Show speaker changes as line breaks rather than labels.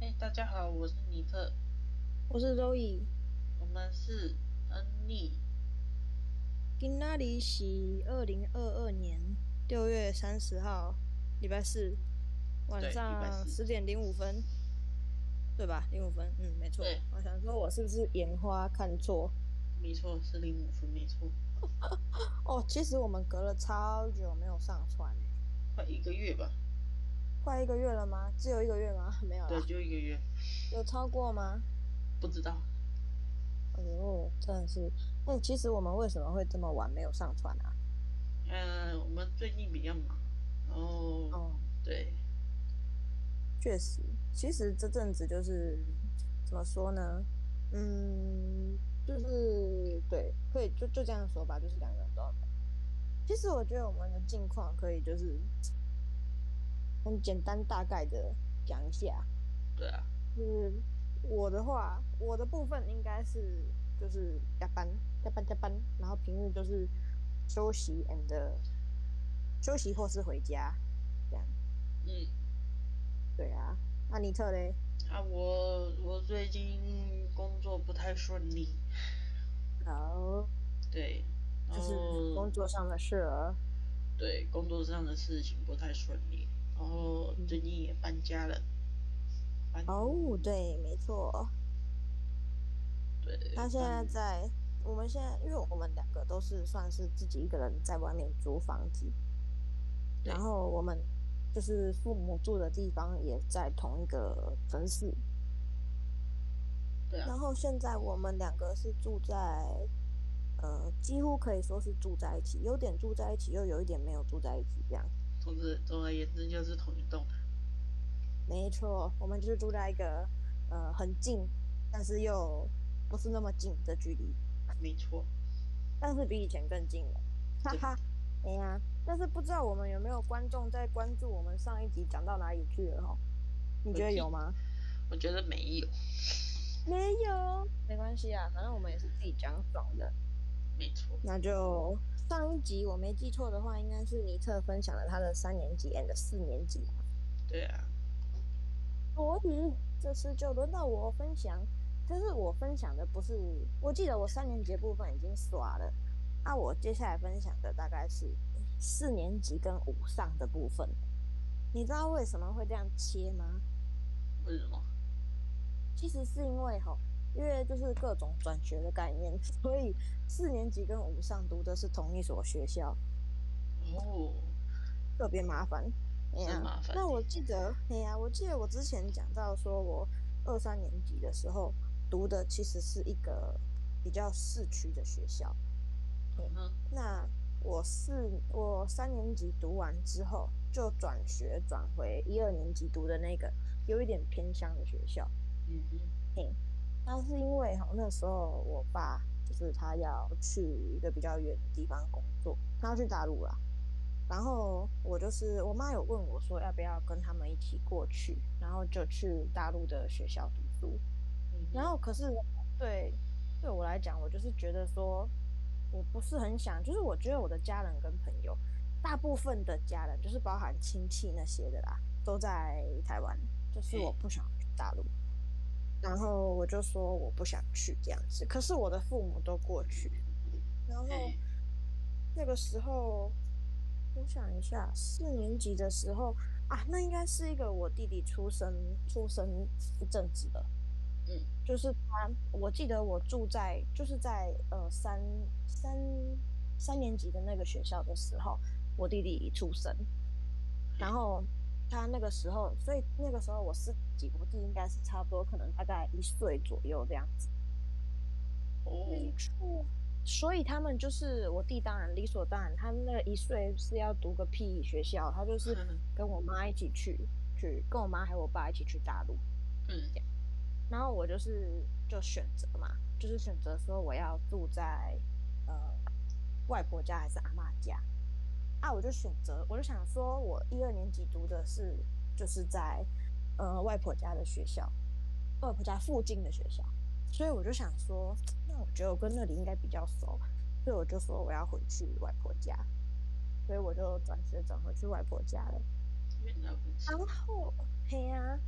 哎大家好，我是尼特，
我是 Zoe，
我们是 E，恩利。
今那里是二零二二年六月三十号，礼拜四晚
对礼拜
上
四
十点零五分，对吧？零五分，嗯，没错
对。
我想说，我是不是眼花看错？
没错，是零五分，没错，
哦，其实我们隔了超久没有上传欸，
快一个月吧，
快一个月了吗？只有一个月吗？ 没有
对，
啦，
就一个月，
有超过吗？
不知道，
哎呦，真的是，哎、其实我们为什么会这么晚没有上传啊？
嗯、我们最近比较忙，然后、
哦，
对，
确实，其实这阵子就是怎么说呢？嗯，就是对，可以就就这样说吧，就是两个人都要改。其实我觉得我们的近况可以就是很简单大概的讲一下。
对啊，
就是我的话，我的部分应该是就是加班加班加班，然后平日就是休息 and 休息或是回家这样。
嗯，
对啊，那尼特嘞？
啊，我我最近工作不太顺利，
好。
对，然
就是
后
工作上的事儿。
对工作上的事情不太顺利，然后最近也搬家了，搬
嗯哦，对，没错。
对，
他现在
搬
在，我们现在，因为我们两个都是算是自己一个人在外面租房子，
对
然后我们就是父母住的地方也在同一个城市，
对啊
然，后现在我们两个是住在，呃，几乎可以说是住在一起，有点住在一起，又有一点没有住在一起，这样。
总之总而言之就是同一栋。
没错，我们就是住在一个呃很近，但是又不是那么近的距离，
没错，
但是比以前更近了，哈
对
哈。哎呀，但是不知道我们有没有观众在关注我们上一集讲到哪里去了哈？你觉得有吗？
我觉得没有，
没有，没关系啊，反正我们也是自己讲爽的。
没错，
那就上一集我没记错的话，应该是尼特分享了他的三年级 and 四年级，
对啊，
所以这次就轮到我分享，但是我分享的不是，我记得我三年级的部分已经刷了，那、我接下来分享的大概是四年级跟五上的部分。你知道为什么会这样切吗？
为什么？
其实是因为吼，因为就是各种转学的概念， 所以四年级跟五上读的是同一所学校，
哦，
特别麻烦。哎呀、
真麻烦
那我记得，哎呀、我记得我之前讲到说，我二三年级的时候读的其实是一个比较市区的学校。
嗯哼，
那我四我三年级读完之后，就转学转回一二年级读的那个有一点偏乡的学校。
嗯哼，
那是因为哈那时候我爸就是他要去一个比较远的地方工作，他要去大陆啦。然后我就是我妈有问我说要不要跟他们一起过去，然后就去大陆的学校读书。
嗯哼
然后可是对对我来讲，我就是觉得说我不是很想，就是我觉得我的家人跟朋友，大部分的家人就是包含亲戚那些的啦，都在台湾，就是我不想去大陆。然后我就说我不想去这样子，可是我的父母都过去，然后
哎
那个时候，我想一下，四年级的时候啊，那应该是一个我弟弟出生出生一阵子的，
嗯，
就是他，我记得我住在就是在呃三三三年级的那个学校的时候，我弟弟出生，然后他那个时候，所以那个时候我是几，我弟应该是差不多可能大概一岁左右这样子。没
哦，
错。嗯所以他们就是我弟，当然理所当然，他那个一岁是要读个屁学校，他就是
嗯
跟我妈一起去，去跟我妈还有我爸一起去大陆。
嗯
然后我就是就选择嘛，就是选择说我要住在呃外婆家还是阿嬷家啊，我就选择，我就想说，我一二年级读的是就是在呃外婆家的学校，外婆家附近的学校，所以我就想说，那我觉得我跟那里应该比较熟，所以我就说我要回去外婆家，所以我就转学转回去外婆家了。
原来如此，
然后，嘿呀、